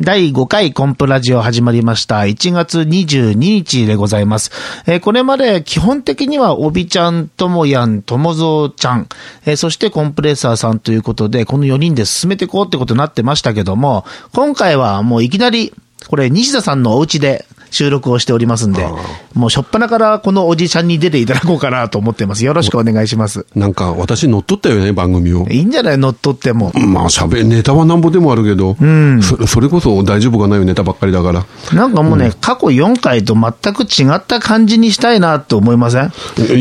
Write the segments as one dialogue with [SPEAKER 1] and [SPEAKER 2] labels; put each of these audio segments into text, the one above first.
[SPEAKER 1] 第5回コンプラジオ始まりました。1月22日でございます。えーこれまで基本的には、おびちゃん、ともやん、ともぞうちゃん、えーそしてコンプレッサーさんということで、この4人で進めていこうってことになってましたけども、今回はもういきなり、これ、西田さんのお家で収録をしておりますんで、もうしょっぱなからこのおじちゃんに出ていただこうかなと思ってます。よろしくお願いします。
[SPEAKER 2] なんか私乗っ取ったよね、番組を。
[SPEAKER 1] いいんじゃない乗っ取っても。
[SPEAKER 2] まあ喋、ネタはなんぼでもあるけど、そそれこそ大丈夫がないネタばっかりだから。
[SPEAKER 1] なんかもうね、過去4回と全く違った感じにしたいなと思いません、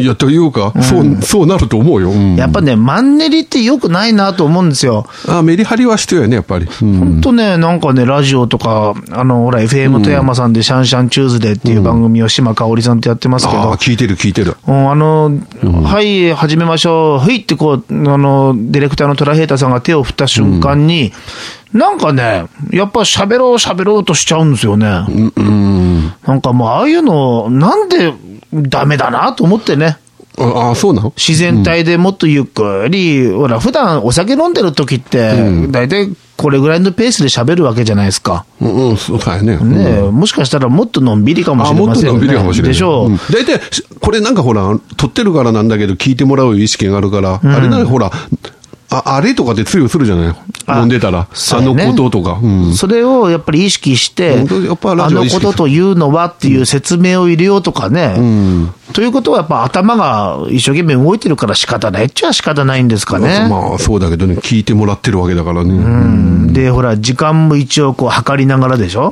[SPEAKER 2] いや、というか、そう、そうなると思うよ。うん
[SPEAKER 1] やっぱね、マンネリって良くないなと思うんですよ。
[SPEAKER 2] あメリハリはしてよね、やっぱり。うん
[SPEAKER 1] ほんとね、なんかね、ラジオとか、あの、ほら、FM 富山さんでシャンシャンチューズデーっていう番組を島香織さんとやってますけ
[SPEAKER 2] あ
[SPEAKER 1] ど
[SPEAKER 2] あ、、聞いてる聞いてる。
[SPEAKER 1] うん、あの、はい、始めましょう。はいってこう、あの、ディレクターのトラヘイタさんが手を振った瞬間に、なんかね、やっぱ喋ろう喋ろうとしちゃうんですよね。
[SPEAKER 2] うん。
[SPEAKER 1] なんかもう、ああいうの、なんでダメだなと思ってね。
[SPEAKER 2] ああ、そうなの
[SPEAKER 1] 自然体でもっとゆっくり、ほら、普段お酒飲んでる時って、大体これぐらいのペースで喋るわけじゃないですか。
[SPEAKER 2] うん、うん、そうだよね。うん
[SPEAKER 1] ねえ、もしかしたらもっとのんびりかもしれませんよね。
[SPEAKER 2] あもっと伸びるかもしれない。
[SPEAKER 1] でしょう。
[SPEAKER 2] ん大体、しこれなんかほら、撮ってるからなんだけど、聞いてもらう意識があるから、あれならほら、ああれとかって通用するじゃない
[SPEAKER 1] あ
[SPEAKER 2] 飲んでたら、
[SPEAKER 1] そう
[SPEAKER 2] あ
[SPEAKER 1] やね
[SPEAKER 2] のこととか。うん。
[SPEAKER 1] それをやっぱり意識して、
[SPEAKER 2] 本当にやっぱラ
[SPEAKER 1] あ
[SPEAKER 2] ジオ
[SPEAKER 1] の
[SPEAKER 2] は意識
[SPEAKER 1] こ
[SPEAKER 2] する
[SPEAKER 1] とというのはっていう説明を入れようとかね。ということはやっぱ頭が一生懸命動いてるから仕方ないっちゃ仕方ないんですかね。
[SPEAKER 2] まあ、そうだけどね、聞いてもらってるわけだからね。
[SPEAKER 1] で、ほら、時間も一応こう測りながらでしょ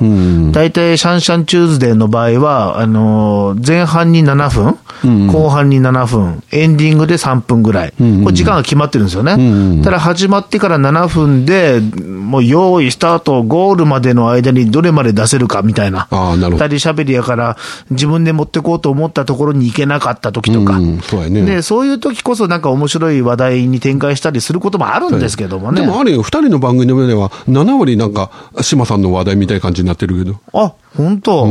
[SPEAKER 1] 大体、シャンシャンチューズデーの場合は、あのー前半に7分、後半に7分、エンディングで3分ぐらい。これ時間が決まってるんですよね。ただ始まってから7分で、もう用意スタート、ゴールまでの間にどれまで出せるかみたいな。
[SPEAKER 2] ああ、なるほど。
[SPEAKER 1] 二人喋りやから、自分で持ってこうと思ったところに行けなかった時とか。
[SPEAKER 2] うん、そうやね。
[SPEAKER 1] で、そういう時こそなんか面白い話題に展開したりすることもあるんですけどもね。
[SPEAKER 2] でもあるよ、二人の番組の上では、7割なんか、島さんの話題みたいな感じになってるけど。
[SPEAKER 1] あ、本当、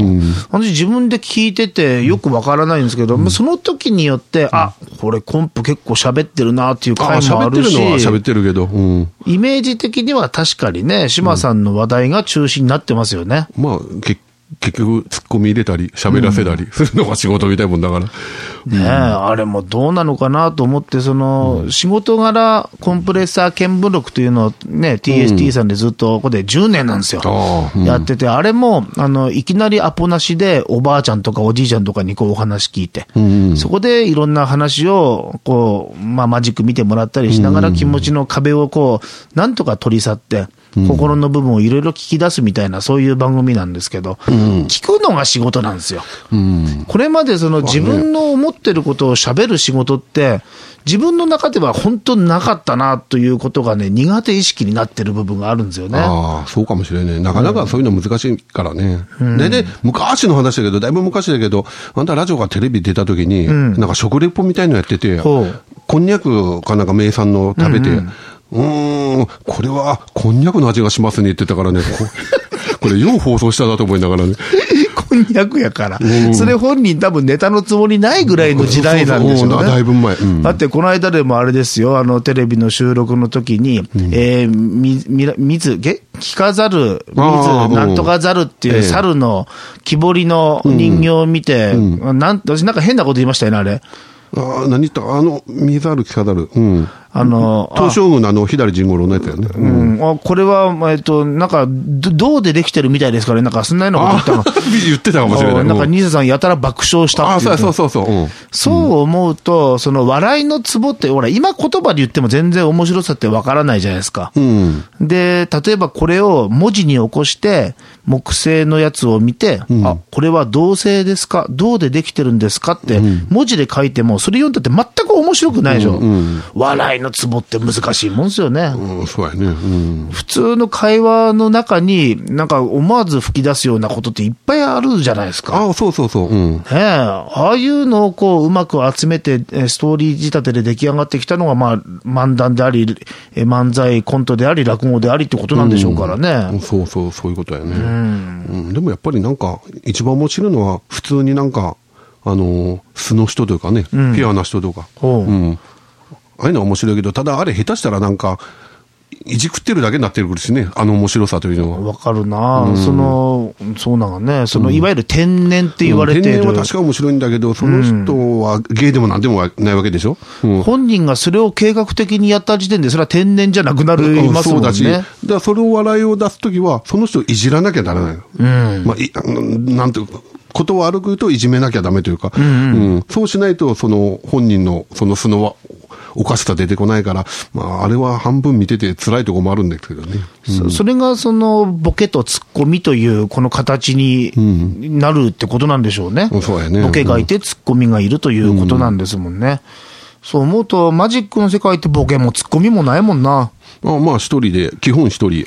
[SPEAKER 1] 私自分で聞いててよくわからないんですけど、まあその時によって、あ、これコンプ結構喋ってるなっていう
[SPEAKER 2] ああ、
[SPEAKER 1] 回も
[SPEAKER 2] 喋
[SPEAKER 1] あ
[SPEAKER 2] って
[SPEAKER 1] る
[SPEAKER 2] る
[SPEAKER 1] し、
[SPEAKER 2] のは喋ってるけど、うん。
[SPEAKER 1] イメージ的には確かにね、島さんの話題が中心になってますよね。
[SPEAKER 2] まあ、け結局、突っ込み入れたり、喋らせたりするのが仕事みたいなもんだから。
[SPEAKER 1] ねえ、あれもどうなのかなと思って、その、仕事柄コンプレッサー見聞録というのをね、TST さんでずっとここで10年なんですよ。
[SPEAKER 2] ああ、うん
[SPEAKER 1] やってて、あれも、あの、いきなりアポなしで、おばあちゃんとかおじいちゃんとかにこうお話聞いて、そこでいろんな話を、こう、まあ、マジック見てもらったりしながら気持ちの壁をこう、なんとか取り去って、心の部分をいろいろ聞き出すみたいな、そういう番組なんですけど、聞くのが仕事なんですよ。これまでその自分の思ってることを喋る仕事って、自分の中では本当になかったなということがね、苦手意識になってる部分があるんですよね。
[SPEAKER 2] ああ、そうかもしれない。なかなかそういうの難しいからね。でね、昔の話だけど、だいぶ昔だけど、あんたラジオがテレビ出た時に、なんか食レポみたいのやってて、
[SPEAKER 1] ほう
[SPEAKER 2] こんにゃくかなんか名産の食べて、うーん、これはこんにゃくの味がしますねって言ってたからね、こ これよう放送したなと思いながらね。
[SPEAKER 1] こんにゃくやから、それ本人多分ネタのつもりないぐらいの時代なんです
[SPEAKER 2] そうそ
[SPEAKER 1] よ
[SPEAKER 2] うそうだだい
[SPEAKER 1] ね。
[SPEAKER 2] ぶ前。うん
[SPEAKER 1] だってこの間でもあれですよ、あのテレビの収録の時に、えーみ、み、水、げ聞かざる、水、
[SPEAKER 2] あー
[SPEAKER 1] なんとかざるってい
[SPEAKER 2] え
[SPEAKER 1] う
[SPEAKER 2] え
[SPEAKER 1] 猿の木彫りの人形を見て、なん、私なんか変なこと言いましたよね、あれ。
[SPEAKER 2] ああ、何言ったあの、見ざる聞かざる。うん。
[SPEAKER 1] あの、あ
[SPEAKER 2] 東照宮のあの、左陣五郎のやつだよね。うん
[SPEAKER 1] うん、あこれは、まあえっと、なんか、ど銅でできてるみたいですからね、なんか、そんなようなこと言っ たの。
[SPEAKER 2] 言ってたかもしれない。
[SPEAKER 1] なんか、
[SPEAKER 2] うん
[SPEAKER 1] ニーさんやたら爆笑したっ
[SPEAKER 2] ああ、
[SPEAKER 1] ていう
[SPEAKER 2] そ
[SPEAKER 1] ね
[SPEAKER 2] うそうそうそう。うん
[SPEAKER 1] そう思うと、その笑いのツボって、ほら、今言葉で言っても全然面白さってわからないじゃないですか。
[SPEAKER 2] うん。
[SPEAKER 1] で、例えばこれを文字に起こして、木製のやつを見て、あ、これは銅製ですか銅でできてるんですかって、文字で書いても、それ読んだって全く面白くないでしょ。笑いのツボって難しいもんですよね。
[SPEAKER 2] うん、そうやね。うん。
[SPEAKER 1] 普通の会話の中に、なんか思わず吹き出すようなことっていっぱいあるじゃないですか。
[SPEAKER 2] ああ、そうそうそう。うん。
[SPEAKER 1] ねえ、ああいうのをこう、うまく集めて、えーストーリー仕立てで出来上がってきたのが、まあ、漫談であり、えー漫才、コントであり、落語でありってことなんでしょうからね。
[SPEAKER 2] そうそう、そういうことやね。うん。でもやっぱりなんか、一番面白いのは、普通になんか、あのー、素の人というかね、ピュアな人とか。
[SPEAKER 1] ほう
[SPEAKER 2] うん。ああいうのは面白いけど、ただあれ下手したらなんか、いじくってるだけになってくるしね、あの面白さというのは。
[SPEAKER 1] わかるな、その、そうなんかね、その、いわゆる天然って言われて
[SPEAKER 2] 天
[SPEAKER 1] る。
[SPEAKER 2] 然は確か面白いんだけど、その人はゲイでもなんでもないわけでしょ、うん
[SPEAKER 1] 本人がそれを計画的にやった時点で、それは天然じゃなくな
[SPEAKER 2] う
[SPEAKER 1] り
[SPEAKER 2] ん
[SPEAKER 1] ますも
[SPEAKER 2] そうんだし、だ
[SPEAKER 1] ね
[SPEAKER 2] か。らそれを笑いを出すときは、その人をいじらなきゃならないの。まあ、いあのなんていうか、ことを歩くといじめなきゃダメというか、うんそうしないと、その本人のその素のはおかしさ出てこないから、まあ、あれは半分見てて辛いとこもあるんですけどね。
[SPEAKER 1] そそれがそのボケとツッコミというこの形になるってことなんでしょうね。
[SPEAKER 2] うんそうやね
[SPEAKER 1] ボケがいてツッコミがいるということなんですもんね。そう思うと、マジックの世界ってボケもツッコミもないもんな。
[SPEAKER 2] まあ、まあ、一人で、基本一人、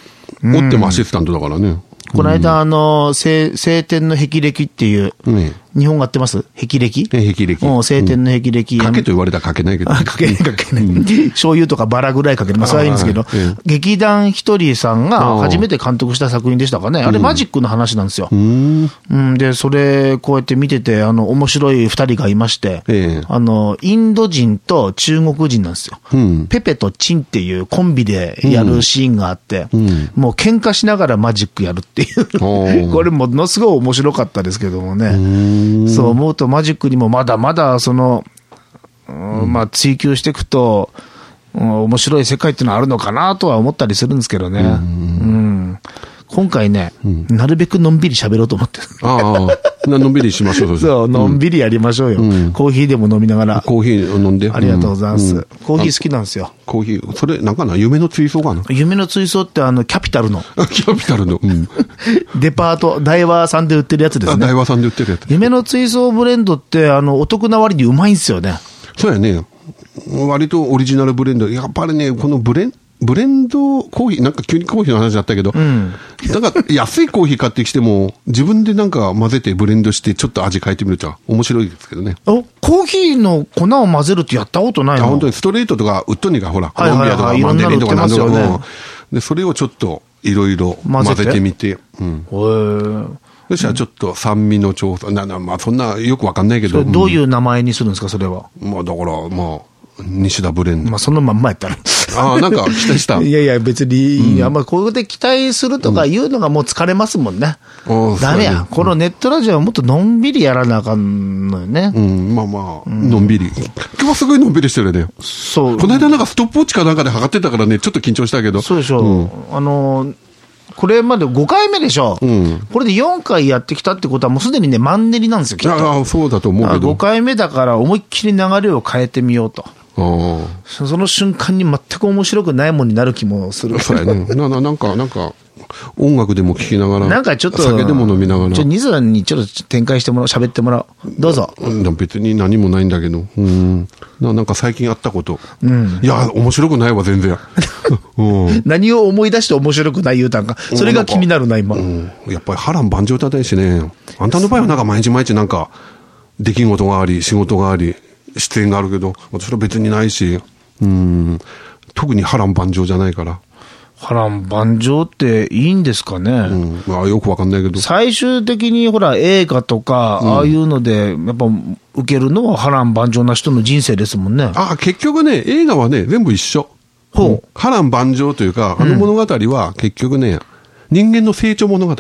[SPEAKER 2] おってもアシスタントだからね。
[SPEAKER 1] この間、あの、晴晴天の霹靂っていう、
[SPEAKER 2] ね
[SPEAKER 1] 日本語合ってます霹靂
[SPEAKER 2] え、霹靂。
[SPEAKER 1] もう晴天の霹靂。
[SPEAKER 2] かけと言われたらかけないけど。
[SPEAKER 1] あかけない、かけない。醤油とかバラぐらいかけない。まあ、それはいいんですけど
[SPEAKER 2] あーえ、
[SPEAKER 1] 劇団ひとりさんが
[SPEAKER 2] あー
[SPEAKER 1] 初めて監督した作品でしたかね。あれマジックの話なんですよ。うん。で、それ、こうやって見てて、あの、面白い二人がいまして
[SPEAKER 2] ええ、
[SPEAKER 1] あの、インド人と中国人なんですよ。ペペとチンっていうコンビでやるシーンがあって、もう喧嘩しながらマジックやるってい
[SPEAKER 2] ー
[SPEAKER 1] う。これものすごい面白かったですけどもね。そう思うとマジックにもまだまだ、その、うんまあ、追求していくと、うん面白い世界っていうのはあるのかなとは思ったりするんですけどね。うん今回ね、なるべくのんびり喋ろうと思ってる。
[SPEAKER 2] ああ、なのんびりしましょう、そしたら
[SPEAKER 1] そう、のんびりやりましょうよ。コーヒーでも飲みながら。
[SPEAKER 2] コーヒー飲んで。
[SPEAKER 1] ありがとうございます。
[SPEAKER 2] んん
[SPEAKER 1] コーヒー好きなんですよ。
[SPEAKER 2] コーヒー、それ、なんかな、夢の追想かな。
[SPEAKER 1] 夢の追想ってあの、キャピタルの、
[SPEAKER 2] キャピタルの、うん。
[SPEAKER 1] デパート、ダイワーさんで売ってるやつです
[SPEAKER 2] あ、
[SPEAKER 1] ね。
[SPEAKER 2] 大和さんで売ってるやつ。
[SPEAKER 1] 夢の追想ブレンドって、あの、お得な割にうまいんですよね。
[SPEAKER 2] そうやね。割とオリジナルブレンド。やっぱりね、このブレン、ブレンドコーヒー、なんか急にコーヒーの話だったけど、なんか安いコーヒー買ってきても、自分でなんか混ぜてブレンドして、ちょっと味変えてみると面白いですけどね。
[SPEAKER 1] お、コーヒーの粉を混ぜるってやったことない
[SPEAKER 2] あ
[SPEAKER 1] の
[SPEAKER 2] 本当にストレートとか、ウッドニがほら、コ
[SPEAKER 1] はい
[SPEAKER 2] ロン
[SPEAKER 1] は
[SPEAKER 2] ビ
[SPEAKER 1] い
[SPEAKER 2] アと
[SPEAKER 1] は
[SPEAKER 2] か
[SPEAKER 1] い
[SPEAKER 2] マンデリンとか
[SPEAKER 1] いろんな
[SPEAKER 2] 何
[SPEAKER 1] の
[SPEAKER 2] と
[SPEAKER 1] 売っ
[SPEAKER 2] か
[SPEAKER 1] てますよね
[SPEAKER 2] も、で、それをちょっといろいろ
[SPEAKER 1] 混ぜ
[SPEAKER 2] 混
[SPEAKER 1] て
[SPEAKER 2] ぜてみて、うん。
[SPEAKER 1] へえ。
[SPEAKER 2] そしたらちょっと酸味の調査、な、な、まあそんなよくわかんないけど、
[SPEAKER 1] どういう名前にするんですか、それは。
[SPEAKER 2] うんまあだから、まあ、西田ブレンド。
[SPEAKER 1] まあ、そのまんまやったら。
[SPEAKER 2] ああ、なんか期待した。
[SPEAKER 1] いやいや、別に、あんまこういうで期待するとか言うのがもう疲れますもんね。
[SPEAKER 2] うん
[SPEAKER 1] ダメ
[SPEAKER 2] そうや
[SPEAKER 1] や
[SPEAKER 2] ね。
[SPEAKER 1] このネットラジオはもっとのんびりやらなあかんのよね。
[SPEAKER 2] うん、まあまあ、のんびり。今日はすごいのんびりしてるね。
[SPEAKER 1] そう。
[SPEAKER 2] この間なんかストップウォッチかなんかで測ってたからね、ちょっと緊張したけど。
[SPEAKER 1] そうでしょう。あの、これまで5回目でしょ。
[SPEAKER 2] ん
[SPEAKER 1] これで4回やってきたってことはもうすでにね、マンネリなんですよ、きっと。
[SPEAKER 2] ああ、そうだと思うけ
[SPEAKER 1] 5
[SPEAKER 2] ど。
[SPEAKER 1] 回目だから思いっきり流れを変えてみようと。
[SPEAKER 2] あ
[SPEAKER 1] そその瞬間に全く面白くないもんになる気もする
[SPEAKER 2] あ、。そうやね。な、な、なんか、なんか、音楽でも聴きながら。
[SPEAKER 1] なんかちょっと、
[SPEAKER 2] 酒でも飲みながら
[SPEAKER 1] ちょ、。ニズさんにちょっと展開してもらおう、喋ってもらおう。どうぞ。
[SPEAKER 2] うんでも別に何もないんだけど。うん。ななんか最近あったこと。いや、面白くない わ、全然。うん。
[SPEAKER 1] 何を思い出して面白くない言うたんか。それが気になるな、今。
[SPEAKER 2] うんやっぱり波乱万丈叩いしね。あんたの場合はなんか毎日毎日なんか、出来事があり、仕事があり、出演があるけど、私は別にないし、うん。特に波乱万丈じゃないから。
[SPEAKER 1] 波乱万丈っていいんですかね。
[SPEAKER 2] うん。まあよくわかんないけど。
[SPEAKER 1] 最終的にほら映画とか、ああいうので、やっぱ受けるのは波乱万丈な人の人生ですもんね。
[SPEAKER 2] あ、結局ね、映画はね、全部一緒。
[SPEAKER 1] ほう
[SPEAKER 2] うん波乱万丈というか、あの物語は結局ね、人間の成長物語。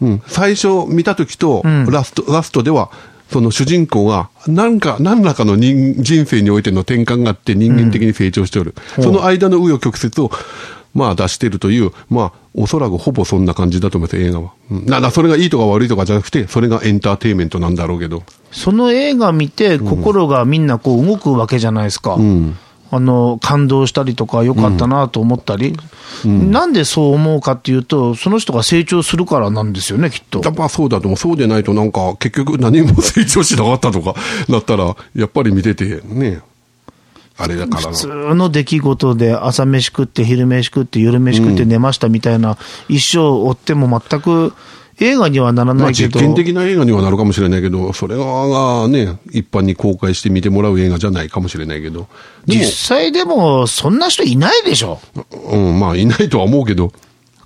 [SPEAKER 2] うん。最初見た時と、ラスト、ラストでは、その主人公が、なんか、何らかの人人生においての転換があって人間的に成長しておる。その間の紆余曲折を、まあ出してるという、まあ、おそらくほぼそんな感じだと思います、映画は。うん、な、な、それがいいとか悪いとかじゃなくて、それがエンターテインメントなんだろうけど。
[SPEAKER 1] その映画見て、心がみんなこう動くわけじゃないですか。
[SPEAKER 2] ん
[SPEAKER 1] あの、感動したりとか、良かったなと思ったり、なんでそう思うかっていうと、その人が成長するからなんですよね、きっと。
[SPEAKER 2] やっぱそうだと思う。そうでないとなんか、結局何も成長しなかったとか、なったら、やっぱり見てて、ね、あれだから
[SPEAKER 1] 普
[SPEAKER 2] な。
[SPEAKER 1] 通の出来事で朝飯食って昼飯食って夜飯食って寝ましたみたいな、一生追っても全く映画にはなら
[SPEAKER 2] ま
[SPEAKER 1] な
[SPEAKER 2] あ
[SPEAKER 1] いけ
[SPEAKER 2] 実
[SPEAKER 1] ど、
[SPEAKER 2] 験的な映画にはなるかもしれないけど、それがね、一般に公開して見てもらう映画じゃないかもしれないけど。で
[SPEAKER 1] 実際でもそんな人いないでしょ。
[SPEAKER 2] も、うん、まあいないとは思うけど、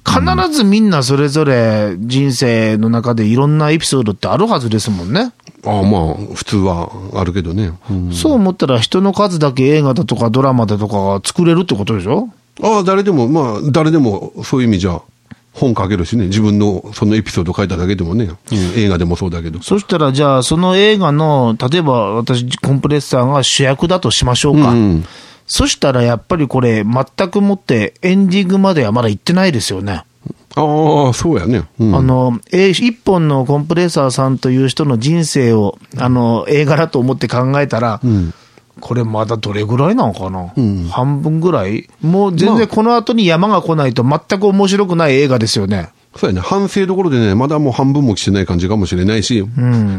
[SPEAKER 1] 必ずみんなそれぞれ人生の中でいろんなエピソードってあるはずですもんね。
[SPEAKER 2] ああまあ、普通はあるけどね。うん
[SPEAKER 1] そう思ったら人の数だけ映画だとかドラマだとかが作れるってことでしょ
[SPEAKER 2] ああ、誰でも、まあ、誰でも、そういう意味じゃ、本書けるしね、自分のそのエピソード書いただけでもね、映画でもそうだけど。
[SPEAKER 1] そしたら、じゃあ、その映画の、例えば私、コンプレッサーが主役だとしましょうか。
[SPEAKER 2] うん
[SPEAKER 1] そしたら、やっぱりこれ、全くもって、エンディングまではまだ行ってないですよね。
[SPEAKER 2] ああ、そうやね。うん
[SPEAKER 1] あの、えー一本のコンプレッサーさんという人の人生を、あの、映画だと思って考えたら、これまだどれぐらいなのかな、半分ぐらいもう全
[SPEAKER 2] ま
[SPEAKER 1] 然
[SPEAKER 2] あ
[SPEAKER 1] この後に山が来ないと全く面白くない映画ですよね。
[SPEAKER 2] そうやね。反省どころでね、まだもう半分も来てない感じかもしれないし、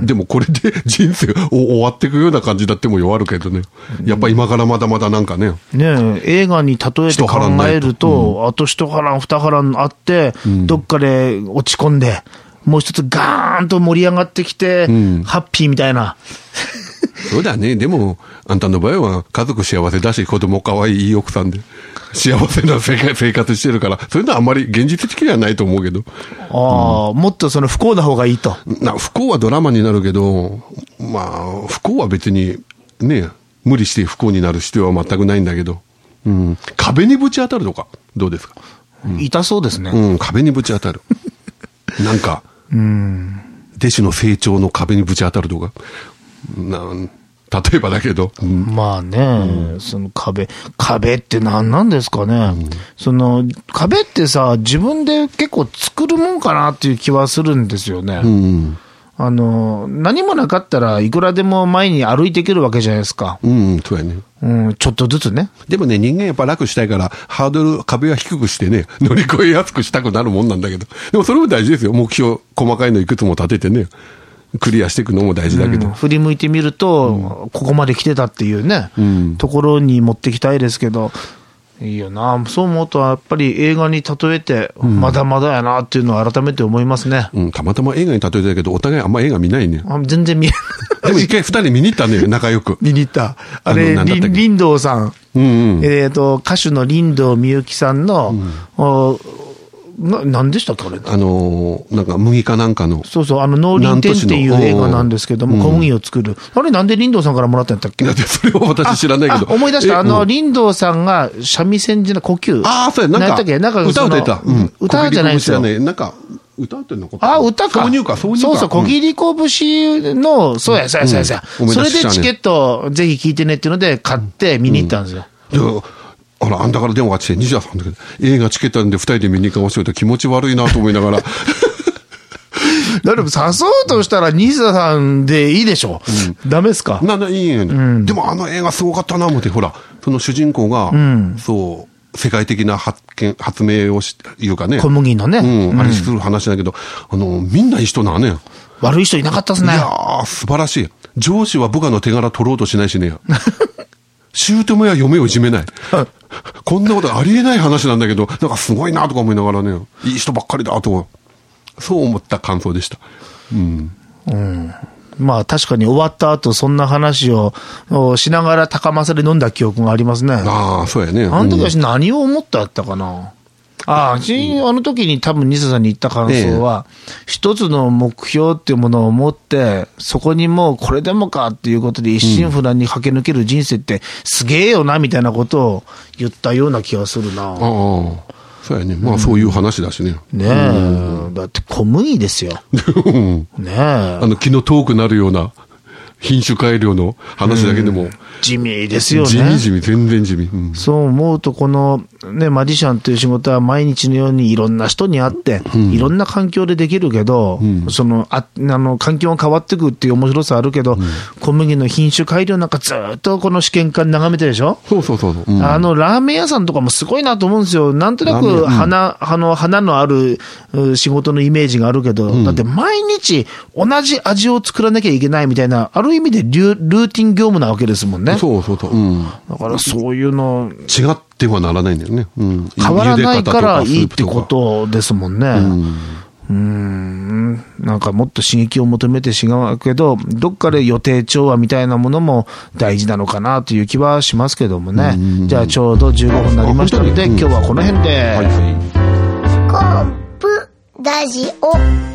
[SPEAKER 2] でもこれで 人生を終わっていくような感じだっても弱るけどね。やっぱ今からまだまだなんかね。
[SPEAKER 1] ねえ、映画に例えて考えると、あと一波乱二波乱あって、どっかで落ち込んで、もう一つガーンと盛り上がってきて、ハッピーみたいな。
[SPEAKER 2] そうだね。でも、あんたの場合は家族幸せだし、子供可愛いいい奥さんで、幸せな世界生活 してるから、そういうのはあんまり現実的ではないと思うけど。
[SPEAKER 1] ああ、もっとその不幸な方がいいと。
[SPEAKER 2] な不幸はドラマになるけど、まあ、不幸は別に、ね、無理して不幸になる必要は全くないんだけど、うん、壁にぶち当たるとか、どうですか、
[SPEAKER 1] 痛そうですね。
[SPEAKER 2] うん、壁にぶち当 たる。なんか、弟子の成長の壁にぶち当たるとか、なん例えばだけど、うん
[SPEAKER 1] まあね、その壁、壁って何なんですかね、その壁ってさ、自分で結構作るもんかなっていう気はするんですよね。
[SPEAKER 2] うん、
[SPEAKER 1] あの、何もなかったらいくらでも前に歩いていけるわけじゃないですか。
[SPEAKER 2] うん、そうやね。
[SPEAKER 1] うん、ちょっとずつね。
[SPEAKER 2] でもね、人間やっぱ楽したいから、ハードル、壁は低くしてね、乗り越えやすくしたくなるもんなんだけど。でもそれも大事ですよ。目標、細かいのいくつも立ててね、クリアしていくのも大事だけど。
[SPEAKER 1] 振り向いてみると、ここまで来てたっていうね、
[SPEAKER 2] ん
[SPEAKER 1] ところに持ってきたいですけど、いいよな、そう思うと、やっぱり映画に例えて、まだまだやなっていうのを改めて思いますね。
[SPEAKER 2] うん、たまたま映画に例えてたけど、お互いあんま映画見ないね。
[SPEAKER 1] あ全然見えない。
[SPEAKER 2] でも一回二人見に行ったね、仲良く。
[SPEAKER 1] 見に行った。あれ、
[SPEAKER 2] あのなんだ
[SPEAKER 1] り
[SPEAKER 2] ったっけ
[SPEAKER 1] 林道さん。
[SPEAKER 2] うんうん。
[SPEAKER 1] えっ、と、歌手の林道みゆきさんの、おな、なんでしたっけ、あれ。
[SPEAKER 2] あのーなんか麦かなんかの。
[SPEAKER 1] そうそう、あの、農林天っていう
[SPEAKER 2] 南砺市
[SPEAKER 1] 映
[SPEAKER 2] の
[SPEAKER 1] 画なんですけども、小麦を作る。あれ、なんで林道さんからもらったんだっけ
[SPEAKER 2] だってそれは私知らないけど。
[SPEAKER 1] あ思い出した。
[SPEAKER 2] え
[SPEAKER 1] あの、
[SPEAKER 2] うん
[SPEAKER 1] 林道さんが三味線じゃない、呼吸。
[SPEAKER 2] ああ、そうや、なん
[SPEAKER 1] 何や
[SPEAKER 2] か
[SPEAKER 1] ったっけ、なんか
[SPEAKER 2] 歌
[SPEAKER 1] その
[SPEAKER 2] 歌えた。うん
[SPEAKER 1] 歌じゃないですよ
[SPEAKER 2] 小切。り拳じゃねなんか、歌ってんの
[SPEAKER 1] あ、歌か。
[SPEAKER 2] 挿入か、挿入か。
[SPEAKER 1] そうそう、小切り拳の、そうや、そうや、そうや、そうや。
[SPEAKER 2] うん思い
[SPEAKER 1] そ
[SPEAKER 2] 出
[SPEAKER 1] れ
[SPEAKER 2] し
[SPEAKER 1] で
[SPEAKER 2] たね
[SPEAKER 1] チケット、ぜひ聞いてねっていうので、買って見に行ったんですよ。
[SPEAKER 2] で、あら、あんたから電話が来て、西田さんだけど、映画チケットなんで二人で見に行かましょうと気持ち悪いなと思いながら、
[SPEAKER 1] だって誘うとしたら、西田さんでいいでしょ。ダメですか
[SPEAKER 2] なんだ、いいよね、でもあの映画すごかったな、思って、ほら、その主人公が、そう、世界的な発見、発明をし、いうかね、
[SPEAKER 1] 小麦のね、
[SPEAKER 2] うん、あれする話だけど、あの、みんないい人なね。
[SPEAKER 1] 悪い人いなかったです
[SPEAKER 2] い
[SPEAKER 1] ね。
[SPEAKER 2] やー、素晴らしい。上司は部下の手柄取ろうとしないし ね。姑や嫁をいじめ ない。こんなことありえない話なんだけど、なんかすごいなとか思いながらね、いい人ばっかりだと、そう思った感想でした。
[SPEAKER 1] まあ確かに終わった後、そんな話をおしながら高松で飲んだ記憶がありますね。
[SPEAKER 2] ああ、そうやね。
[SPEAKER 1] あの時
[SPEAKER 2] うん
[SPEAKER 1] 私何を思ったやったかな。ああ、私あの時に多分西田さんに言った感想は、一つの目標っていうものを持って、そこにもうこれでもかっていうことで一心不乱に駆け抜ける人生ってすげえよなみたいなことを言ったような気がするな。
[SPEAKER 2] ああ、そうやね。まあそういう話だしね。
[SPEAKER 1] ねえ、だって小麦ですよ。
[SPEAKER 2] うん
[SPEAKER 1] ね
[SPEAKER 2] あ
[SPEAKER 1] え。
[SPEAKER 2] の、気の遠くなるような品種改良の話だけでも、
[SPEAKER 1] 地味ですよね。
[SPEAKER 2] 地味地味、全然地味。うん
[SPEAKER 1] そう思うと、この、ね、マジシャンという仕事は毎日のようにいろんな人に会って、いろんな環境でできるけど、そのあ、あの、環境が変わってくっていう面白さあるけど、小麦の品種改良なんかずっとこの試験管眺めてるでしょ、
[SPEAKER 2] そうそうそうそう。うん
[SPEAKER 1] あの、ラーメン屋さんとかもすごいなと思うんですよ。なんとな
[SPEAKER 2] ラーメン
[SPEAKER 1] く、
[SPEAKER 2] うん
[SPEAKER 1] 花、あの、花のあるう仕事のイメージがあるけど、だって毎日同じ味を作らなきゃいけないみたいな、ある意味でリュルーティン業務なわけですもんね。
[SPEAKER 2] そうそうそう。うん
[SPEAKER 1] だからそういうの、
[SPEAKER 2] 違ってはならないんだよね。うん、
[SPEAKER 1] 変わらないからいいってこ
[SPEAKER 2] 茹で方かスープか。
[SPEAKER 1] とですもんね。うんなんかもっと刺激を求めてしまうけど、どっかで予定調和みたいなものも大事なのかなという気はしますけどもね。じゃあちょうど15分になりましたので、
[SPEAKER 2] あ本当に
[SPEAKER 1] 今日はこの辺で。
[SPEAKER 2] はい
[SPEAKER 3] コープラジオ